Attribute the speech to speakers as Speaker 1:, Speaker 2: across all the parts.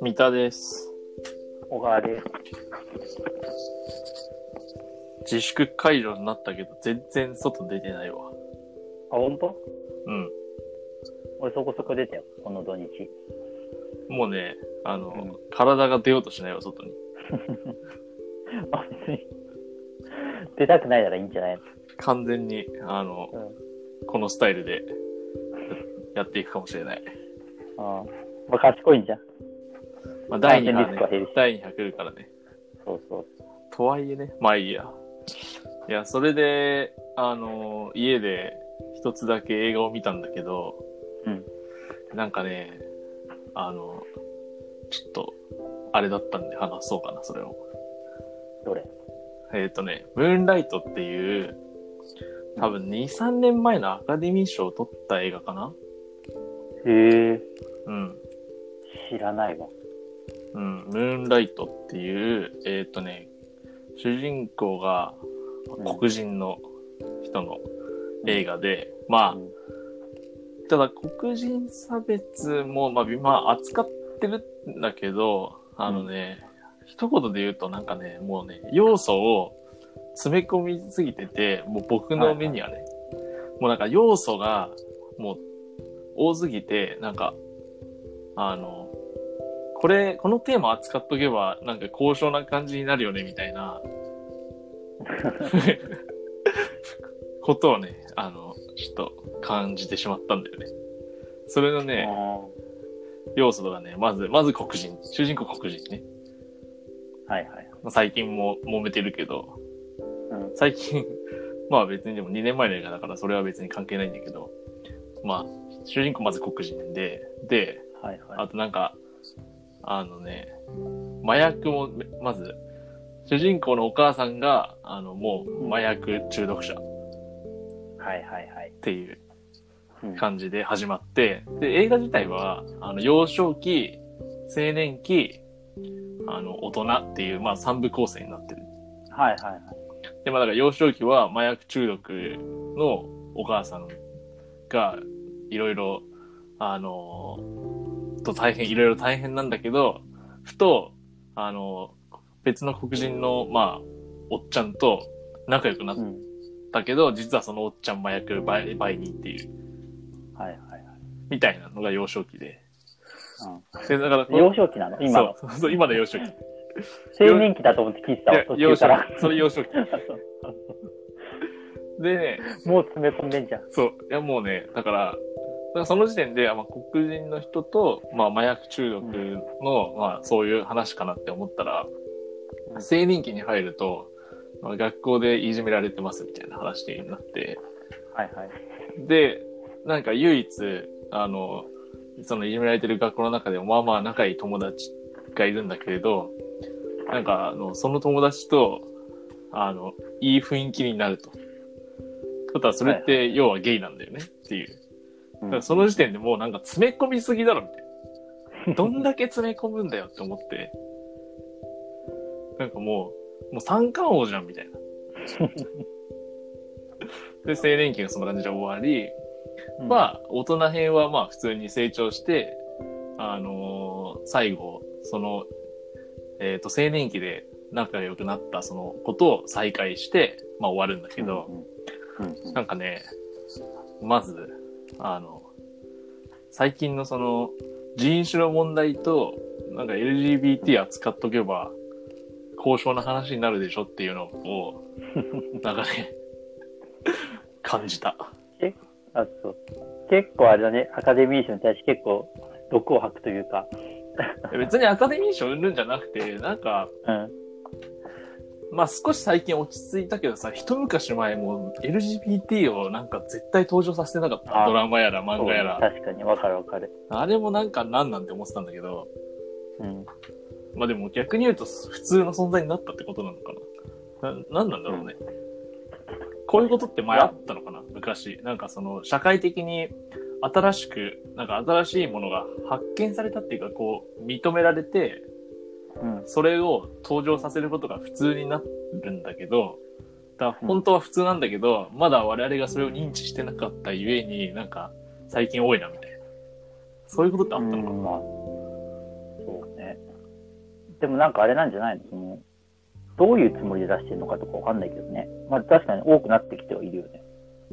Speaker 1: 三田です。
Speaker 2: 小川です。
Speaker 1: 自粛解除になったけど、全然外出てないわ。
Speaker 2: あ、本当？
Speaker 1: うん。
Speaker 2: 俺そこそこ出たよ、この土日。
Speaker 1: もうね、あの、
Speaker 2: うん
Speaker 1: 体が出ようとしないわ、外に。
Speaker 2: あ、別に。出たくないならいいんじゃない
Speaker 1: 完全に、あの、
Speaker 2: う
Speaker 1: このスタイルで、やっていくかもしれない。
Speaker 2: のうん。まあ、賢いんじゃん。
Speaker 1: まあ、第2波
Speaker 2: 感染リスクは減
Speaker 1: ね
Speaker 2: るし、
Speaker 1: 第2波来るからね。
Speaker 2: そうそう。
Speaker 1: とはいえね、まあいいや。いや、それで、あの、家で一つだけ映画を見たんだけど、
Speaker 2: うん。
Speaker 1: なんかね、あの、ちょっと、あれだったんで話そうかな、それを。
Speaker 2: どれ
Speaker 1: えっ、とね、ムーンライトっていう、多分2、3年前のアカデミー賞を取った映画かな
Speaker 2: へえ。
Speaker 1: うん。
Speaker 2: 知らないわ。
Speaker 1: うん。ムーンライトっていう、えっ、とね、主人公が
Speaker 2: うん
Speaker 1: 黒人の人の映画で、まあ、
Speaker 2: うん
Speaker 1: ただ黒人差別も、まあ、まあ、扱ってるんだけど、あのね、一言で言うとなんかね、もうね、要素を詰め込みすぎてて、もう僕の目にはね、もうなんか要素がもう多すぎて、なんか、あの、これ、このテーマ扱っとけば、なんか高尚な感じになるよね、みたいな、ことをね、あの、ちょっと感じてしまったんだよね。それのね、
Speaker 2: うん
Speaker 1: 要素とかね、まず、まず黒人。主人公黒人ね。
Speaker 2: はいはい。
Speaker 1: まあ最近も揉めてるけど、
Speaker 2: うん
Speaker 1: 最近、まあ別にでも2年前の映画だからそれは別に関係ないんだけど、まあ、主人公まず黒人で、で、
Speaker 2: はい
Speaker 1: あ
Speaker 2: は
Speaker 1: となんか、あのね、麻薬も、まず、主人公のお母さんが、あの、もう麻薬中毒者っ
Speaker 2: い。はいはいはい。
Speaker 1: ていう
Speaker 2: うん
Speaker 1: 感じで始まって、で、映画自体は、あの、幼少期、青年期、あの、大人っていう、まあ、三部構成になってる。
Speaker 2: はいはいはい。
Speaker 1: で、まあ、だから幼少期は麻薬中毒のお母さんが、いろいろ、あの、と大変、いろいろ大変なんだけど、ふと、あの、別の黒人の、まあ、おっちゃんと仲良くなっ
Speaker 2: うん。
Speaker 1: たけど、実はそのおっちゃん麻薬売売人っていう、
Speaker 2: はいはいはい。
Speaker 1: みたいなのが幼少期で。
Speaker 2: う
Speaker 1: で、だからこ
Speaker 2: ん、
Speaker 1: れ、
Speaker 2: 幼少期なの今の。
Speaker 1: そうそうそう、今の幼少期。い
Speaker 2: 青年期だと思って聞いてたわ
Speaker 1: や、
Speaker 2: 途
Speaker 1: 幼
Speaker 2: 中
Speaker 1: 少
Speaker 2: か
Speaker 1: 期
Speaker 2: ら。。
Speaker 1: それ幼 少期。でね、
Speaker 2: もう詰め込んでんじゃん。
Speaker 1: そう、いやもうね、だから、だからその時点で、あまあ、黒人の人と、まあ、麻薬中毒の、まあ、そういう話かなって思ったら、
Speaker 2: うん
Speaker 1: 青年期に入ると、まあ学校でいじめられてますみたいな話になって、
Speaker 2: はいはい。
Speaker 1: で、なんか唯一、あの、そのいじめられてる学校の中でも、まあまあ仲いい友達がいるんだけれど、なんか、あの、その友達と、あの、いい雰囲気になると。ただ、それって、要はゲイなんだよねっていう。
Speaker 2: う
Speaker 1: だ
Speaker 2: ん
Speaker 1: からその時点でもうなんか詰め込みすぎだろ、みたいな。どんだけ詰め込むんだよって思って。なんかもう、もう三冠王じゃん、みたい な。で、青年期がそんな感じで終わり、
Speaker 2: うん
Speaker 1: まあ、大人編はまあ普通に成長して、あのー最後、その、えっ、と、青年期で仲良くなったそのことを再開して、まあ終わるんだけど、
Speaker 2: うんうんうん
Speaker 1: なんかね、まず、あの、最近のその、人種の問題と、なんか LGBT 扱っとけば、交渉の話になるでしょっていうの を、なんかね、感じた。
Speaker 2: あそう結構あれだね、アカデミー賞に対して結構毒を吐くというか、
Speaker 1: 別にアカデミー賞うんぬんじゃなくて、なんか、
Speaker 2: うん、
Speaker 1: まあ少し最近落ち着いたけどさ、一昔前も LGBT をなんか絶対登場させてなかった。
Speaker 2: あ
Speaker 1: ドラマやら漫画やら。
Speaker 2: 確かに、わかるわかる。
Speaker 1: あれもなんかなんなんて思ってたんだけど、
Speaker 2: うん、
Speaker 1: まあでも逆に言うと普通の存在になったってことなのかな。な、なんなんだろうね。こういうことって前あったのかな昔。なんかその社会的に新しく、なんか新しいものが発見されたっていうかこう認められて、
Speaker 2: うん、
Speaker 1: それを登場させることが普通になるんだけど、だから本当は普通なんだけど、まだ我々がそれを認知してなかったゆえに、なんか、最近多いな、みたいな。そういうことってあったのかな、
Speaker 2: うんまあ、そうね。でもなんかあれなんじゃないのそのどういうつもりで出してるのかとかわかんないけどね。まあ確かに多くなってきてはいるよね。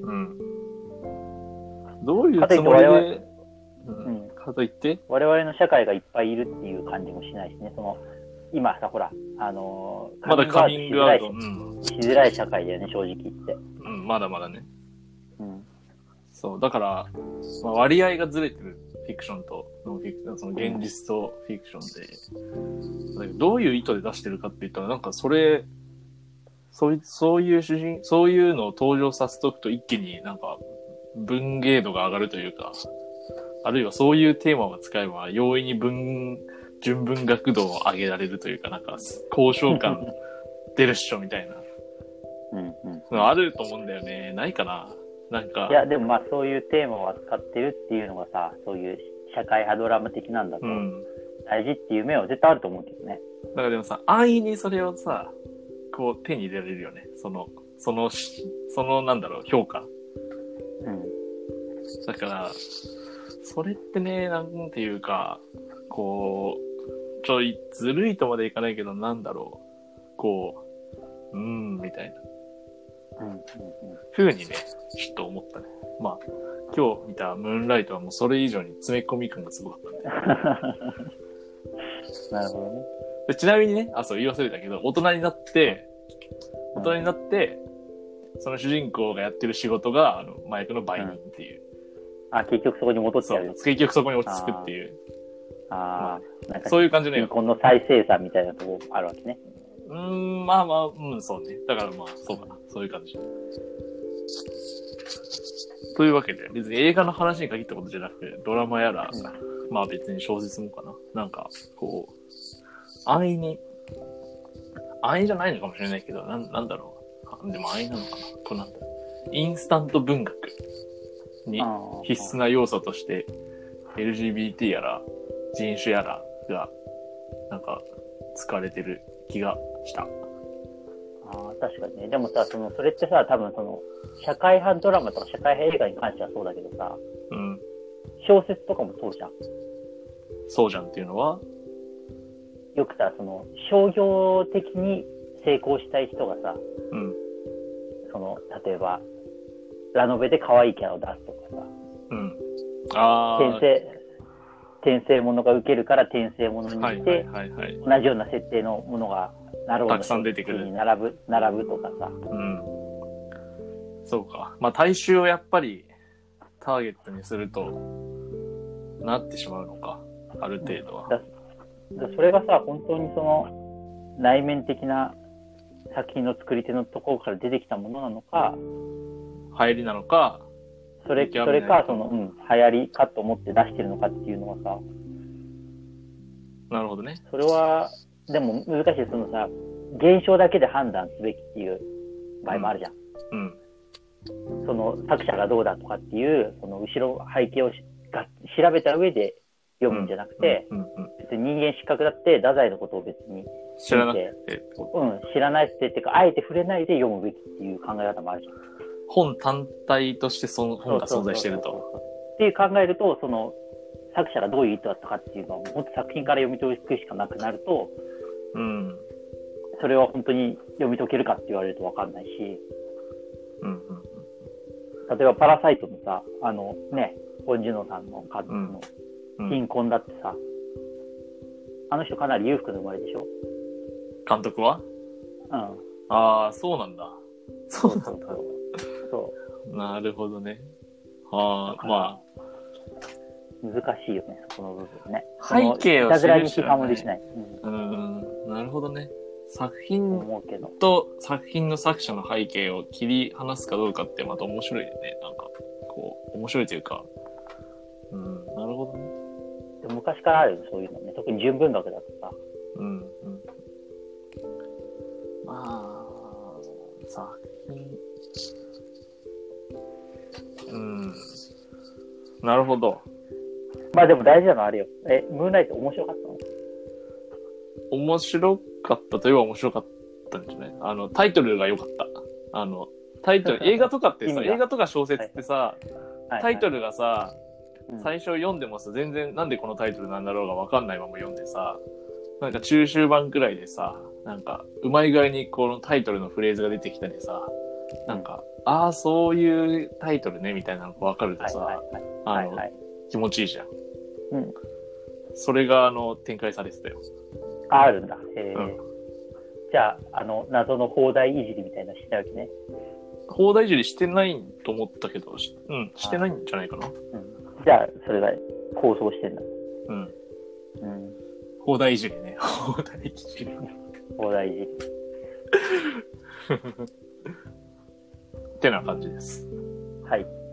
Speaker 1: うん。どういうつもり
Speaker 2: かとい
Speaker 1: で、う、
Speaker 2: うんん。
Speaker 1: かといって、
Speaker 2: 我々の社会がいっぱいいるっていう感じもしないしね。その、今さ、ほら、あのー
Speaker 1: まだカミングアウト。う
Speaker 2: し
Speaker 1: ん。
Speaker 2: づらいしづらい社会だよね、正直言って。
Speaker 1: うん、まだまだね。
Speaker 2: うん。
Speaker 1: そう、だから、まあ、割合がずれてるフィクションとノンフィクション、その現実とフィクションで、だけどどういう意図で出してるかって言ったら、なんかそれ、そういそういう主人、そういうのを登場させとくと一気になんか文芸度が上がるというか、あるいはそういうテーマを使えば容易に文、純文学度を上げられるというか、なんか交渉 感出るっしょみたいな
Speaker 2: うんうん。
Speaker 1: のあると思うんだよね。ないかななんか。
Speaker 2: いや、でもまあそういうテーマを扱ってるっていうのがさ、そういう社会派ドラマ的なんだと、
Speaker 1: うん。
Speaker 2: 大事っていう面は絶対あると思うけどね。
Speaker 1: だからでもさ、安易にそれをさ、こう手に入れられるよね。その、そのし、そのなんだろう、評価。
Speaker 2: うん。
Speaker 1: だから、それってね、なんていうか、こう、ちょいずるいとまでいかないけど、なんだろう、こう、うーん、みたいな
Speaker 2: うんうん
Speaker 1: 風にね、ちょっと思ったね。まあ、今日見たムーンライトはもうそれ以上に詰め込み感がすごかったね。
Speaker 2: うん、なるほどね。
Speaker 1: でちなみにね、あ、そう言い忘れたけど、大人になって、大人になって、その主人公がやってる仕事が、あの、麻薬の売人っていう。
Speaker 2: あ、結局そこに戻っち
Speaker 1: そ
Speaker 2: ゃうよ
Speaker 1: う。。結局そこに落ち着くっていう。
Speaker 2: ああ、なんか、
Speaker 1: そういう感じの
Speaker 2: 貧
Speaker 1: よ。
Speaker 2: 困の再生産みたいなとこあるわけね。
Speaker 1: うーん、まあまあ、うん、そうね。だからまあ、そうかな。そういう感じ。というわけで、別に映画の話に限ったことじゃなくて、ドラマやら、まあ別に小説もかな。なんか、こう、安易に、安易じゃないのかもしれないけど、なんなんだろう。あでも安易なのかな。こうなんだインスタント文学に
Speaker 2: あー
Speaker 1: 必須な要素として、LGBT やら人種やらが、なんか、使われてる気がした。
Speaker 2: ああ、確かにね。でもさ、その、それってさ、多分その、社会派ドラマとか社会派映画に関してはそうだけどさ、
Speaker 1: うん。
Speaker 2: 小説とかもそうじゃん。
Speaker 1: そうじゃんっていうのは、
Speaker 2: よくさ、その、商業的に成功したい人がさ、
Speaker 1: うん。
Speaker 2: その、例えば、ラノベで可愛いキャラを出すとかさ、
Speaker 1: うん。あ
Speaker 2: 転
Speaker 1: ー。
Speaker 2: 生、転生ものが受けるから転生ものにして、
Speaker 1: はいはいはいはい。
Speaker 2: 同じような設定のものが、なるほど。
Speaker 1: たくさん出てくる
Speaker 2: に並ぶ、並ぶとかさ。
Speaker 1: うん。そうか。まあ、大衆をやっぱりターゲットにすると、なってしまうのか。ある程度は。
Speaker 2: だだそれがさ、本当にその、内面的な作品の作り手のところから出てきたものなのか、
Speaker 1: 入りなのか、
Speaker 2: それ、
Speaker 1: 見極
Speaker 2: そ
Speaker 1: め
Speaker 2: れ
Speaker 1: ない
Speaker 2: か
Speaker 1: と、
Speaker 2: その、うん、流行りかと思って出してるのかっていうのはさ、
Speaker 1: なるほどね。
Speaker 2: それは、でも難しい、そのさ、現象だけで判断すべきっていう場合もあるじゃん。
Speaker 1: うん。
Speaker 2: その作者がどうだとかっていう、その後ろ背景をしが調べた上で読むんじゃなくて、
Speaker 1: うん、うん、うん。
Speaker 2: 別に人間失格だって、太宰のことを別に、
Speaker 1: 知らなくてってこと
Speaker 2: うん、知らないってっていうか、あえて触れないで読むべきっていう考え方もあるじゃん。
Speaker 1: 本単体としてその本が存在してる
Speaker 2: そう
Speaker 1: と。
Speaker 2: そうそうそう。っていう考えると、その、作者がどういう意図だったかっていうのは、本当作品から読み解くしかなくなると、
Speaker 1: うん。
Speaker 2: それは本当に読み解けるかって言われるとわかんないし、
Speaker 1: うん、うん。
Speaker 2: 例えばパラサイトのさ、あのね、ポンジュノさんの監督の
Speaker 1: うん
Speaker 2: 貧困だってさ、あの人かなり裕福な生まれでしょ
Speaker 1: 監督は
Speaker 2: うん。
Speaker 1: ああ、そうなんだ。そうなんだ。
Speaker 2: そ
Speaker 1: なるほどね。ああ、ま
Speaker 2: う。難しいよね、そこの部分ね。
Speaker 1: 背景を
Speaker 2: そのいたずらに
Speaker 1: 知る人
Speaker 2: 批
Speaker 1: はね
Speaker 2: 判もできない。うん
Speaker 1: あ、うん、なるほどね。作品
Speaker 2: 思うけど。
Speaker 1: と作品の作者の背景を切り離すかどうかってまた面白いよね。なんか、こう、面白いというか。うん、なるほどね。
Speaker 2: でも昔からあるよねそういうのね。特に純文学だとさ。
Speaker 1: うん、うん。まあ、作品。うん。なるほど。
Speaker 2: まあでも大事なのはあれよ。え、ムーンライト面白かったの
Speaker 1: 面白かったといえば面白かったんじゃないあの、タイトルが良かった。あの、タイトル、映画とかって
Speaker 2: 意
Speaker 1: さ、
Speaker 2: 味が
Speaker 1: 映画とか小説ってさ、
Speaker 2: はい
Speaker 1: タイト
Speaker 2: ル、
Speaker 1: ルがさ、
Speaker 2: うん
Speaker 1: 最初読んでもさ、全然なんでこのタイトルなんだろうがわかんないまま読んでさ、なんか中終盤くらいでさ、なんか、うまい具合にこのタイトルのフレーズが出てきたりさ、なんか、ああ、そういうタイトルね、みたいなのがわかるとさ、
Speaker 2: はいはい
Speaker 1: あ
Speaker 2: はい
Speaker 1: の、
Speaker 2: はいはい
Speaker 1: 気持ちいいじゃん。
Speaker 2: うん
Speaker 1: それが、あの、展開されてたよ。
Speaker 2: ああるんだ。へえ
Speaker 1: うん
Speaker 2: じゃあ、あの、謎の放題いじりみたいなのしないわけね。
Speaker 1: 放題じりしてないと思ったけど、しうん、してないんじゃないかな。
Speaker 2: うん、じゃあ、それが構想してんだ。
Speaker 1: うん。
Speaker 2: うん、
Speaker 1: 放題いじりね。 放題いじり。
Speaker 2: 放題いじり。
Speaker 1: ってな感じです。
Speaker 2: はい。